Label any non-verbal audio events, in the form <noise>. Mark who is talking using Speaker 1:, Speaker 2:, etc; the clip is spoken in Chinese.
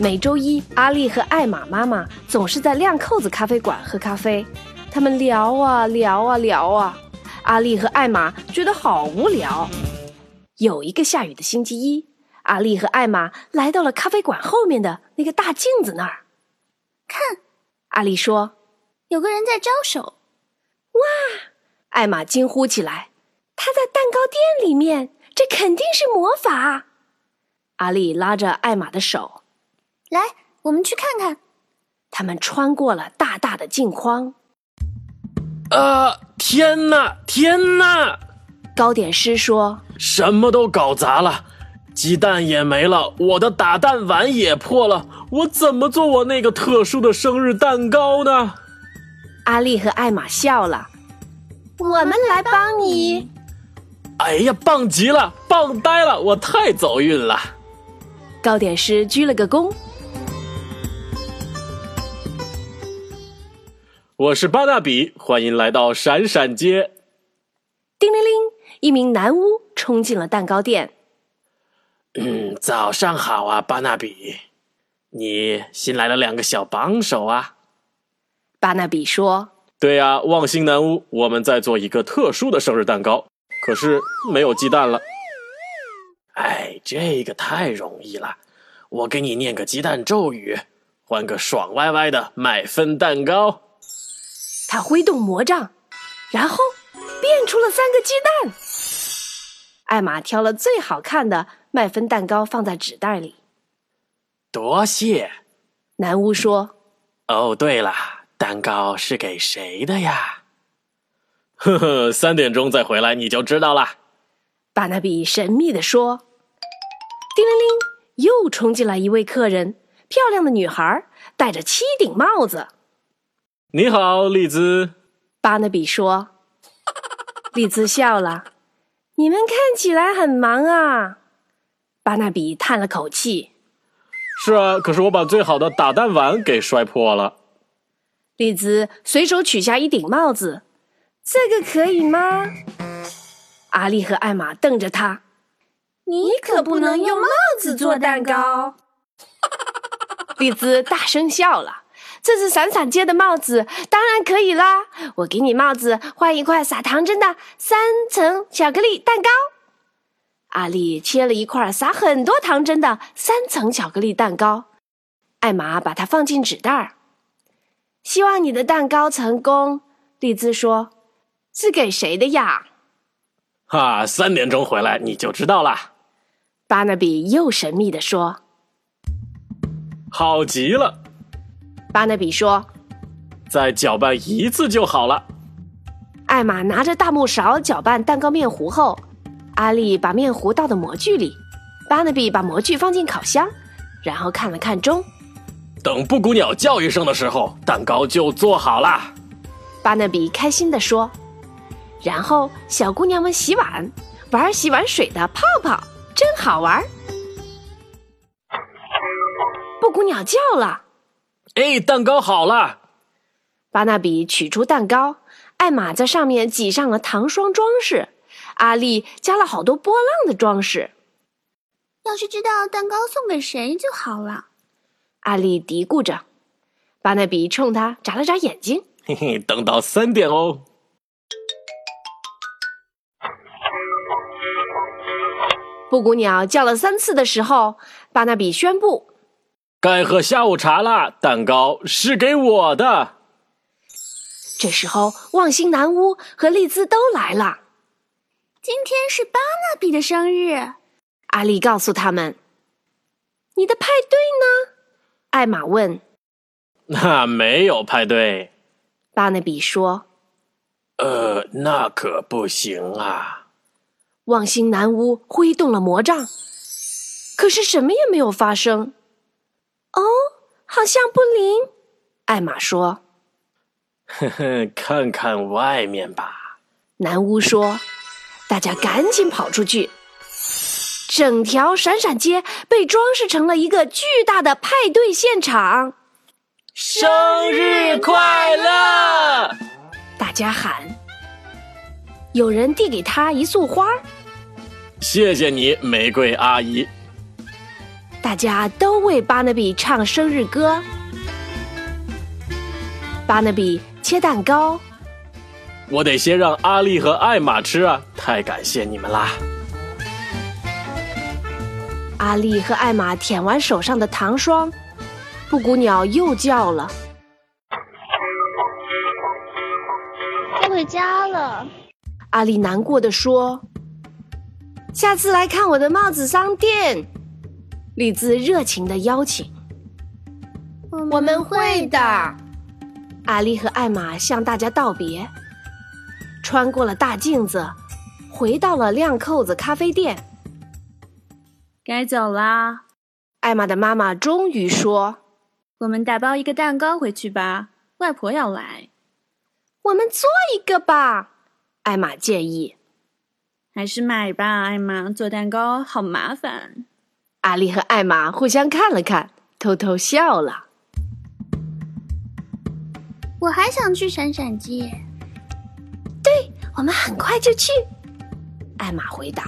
Speaker 1: 每周一，阿丽和艾玛妈妈总是在亮扣子咖啡馆喝咖啡。他们聊啊聊啊聊啊，阿丽和艾玛觉得好无聊。有一个下雨的星期一，阿丽和艾玛来到了咖啡馆后面的那个大镜子那儿。
Speaker 2: 看，
Speaker 1: 阿丽说
Speaker 2: 有个人在招手。：“
Speaker 1: 哇！”艾玛惊呼起来：“他在蛋糕店里面，这肯定是魔法！”啊阿丽拉着艾玛的手，
Speaker 2: 来，我们去看看。
Speaker 1: 他们穿过了大大的镜框。
Speaker 3: 呃，天哪，天哪，
Speaker 1: 糕点师说
Speaker 3: 什么都搞砸了，鸡蛋也没了，我的打蛋碗也破了，我怎么做我那个特殊的生日蛋糕呢？：“
Speaker 1: 阿丽和艾玛笑了，
Speaker 2: 我们来帮你。
Speaker 3: 哎呀，棒极了，棒呆了，我太走运了。
Speaker 1: 糕点师鞠了个躬。
Speaker 3: 我是巴纳比，欢迎来到闪闪街。
Speaker 1: 叮铃铃，一名男巫冲进了蛋糕店。
Speaker 3: 嗯，早上好啊，巴纳比，你新来了两个小帮手啊。
Speaker 1: 巴纳比说
Speaker 3: 对呀、望星南屋，我们在做一个特殊的生日蛋糕，可是没有鸡蛋了。哎，这个太容易了，我给你念个鸡蛋咒语，换个爽歪歪的麦芬蛋糕。：“
Speaker 1: 他挥动魔杖，然后变出了三个鸡蛋。”艾玛挑了最好看的麦芬蛋糕放在纸袋里。
Speaker 3: 多谢。
Speaker 1: 男巫说
Speaker 3: 哦，对了，蛋糕是给谁的呀？呵呵，三点钟再回来你就知道啦。：“
Speaker 1: 巴纳比神秘地说。”叮铃铃，又冲进来一位客人，漂亮的女孩戴着七顶帽子。
Speaker 3: 你好，丽兹。
Speaker 1: 巴纳比说：“丽兹笑了，你们看起来很忙啊。”巴纳比叹了口气。
Speaker 3: 是啊，可是我把最好的打蛋碗给摔破了。
Speaker 1: 丽兹随手取下一顶帽子，“这个可以吗？”阿丽和艾玛瞪着他。
Speaker 2: 你可不能用帽子做蛋糕。
Speaker 1: 丽兹大声笑了：“这是闪闪街的帽子，当然可以啦！我给你帽子换一块撒糖真的三层巧克力蛋糕。”阿丽切了一块撒很多糖真的三层巧克力蛋糕，艾玛把它放进纸袋儿。希望你的蛋糕成功，丽兹说：“是给谁的呀
Speaker 3: 哈，三点钟回来你就知道啦。？”
Speaker 1: 巴纳比又神秘地说
Speaker 3: 好极了，：“
Speaker 1: 巴纳比说，
Speaker 3: 再搅拌一次就好了。
Speaker 1: 艾玛拿着大木勺搅拌蛋糕面糊后，阿丽把面糊倒到模具里，巴纳比把模具放进烤箱，然后看了看钟，
Speaker 3: 等布谷鸟叫一声的时候，蛋糕就做好啦。
Speaker 1: 巴纳比开心地说：“然后小姑娘们洗碗，玩洗碗水的泡泡，真好玩。”布谷鸟叫了，
Speaker 3: 哎，蛋糕好了。
Speaker 1: 巴纳比取出蛋糕，艾玛在上面挤上了糖霜装饰，阿丽加了好多波浪的装饰。
Speaker 2: 要是知道蛋糕送给谁就好了。
Speaker 1: 阿丽嘀咕着，巴纳比冲他眨了眨眼睛。
Speaker 3: 嘿嘿，等到三点哦。
Speaker 1: 布谷鸟叫了三次的时候，巴纳比宣布，
Speaker 3: 该喝下午茶啦，蛋糕是给我的。
Speaker 1: 这时候望星南屋和丽兹都来了。
Speaker 2: 今天是巴纳比的生日，
Speaker 1: 阿丽告诉他们：“你的派对呢？”艾玛问。
Speaker 3: 那、没有派对，
Speaker 1: 巴纳比说
Speaker 3: 呃，那可不行啊。：“ <laughs>
Speaker 1: 望星南屋挥动了魔杖，可是什么也没有发生。”哦，好像不灵。艾玛说
Speaker 3: 呵呵，看看外面吧。：“
Speaker 1: 南屋说，大家赶紧跑出去。”整条闪闪街被装饰成了一个巨大的派对现场。
Speaker 3: 生日快乐！
Speaker 1: 大家喊。有人递给他一束花儿，
Speaker 3: 谢谢你，玫瑰阿姨。
Speaker 1: 大家都为巴纳比唱生日歌。巴纳比切蛋糕，
Speaker 3: 我得先让阿丽和艾玛吃啊！太感谢你们啦！
Speaker 1: 阿丽和艾玛舔完手上的糖霜，布谷鸟又叫了。
Speaker 2: 该回家了。
Speaker 1: 阿丽难过的说：“下次来看我的帽子商店。”丽兹热情的邀请。
Speaker 2: 我们会的。
Speaker 1: 阿丽和艾玛向大家道别，穿过了大镜子，回到了亮扣子咖啡店。
Speaker 4: 该走啦，
Speaker 1: 艾玛的妈妈终于说
Speaker 4: 我们打包一个蛋糕回去吧，外婆要来，：“
Speaker 1: 我们做一个吧。”艾玛建议。
Speaker 4: 还是买吧，艾玛，做蛋糕好麻烦。
Speaker 1: 阿丽和艾玛互相看了看，偷偷笑了。
Speaker 2: 我还想去闪闪街。
Speaker 1: 我们很快就去。艾玛回答。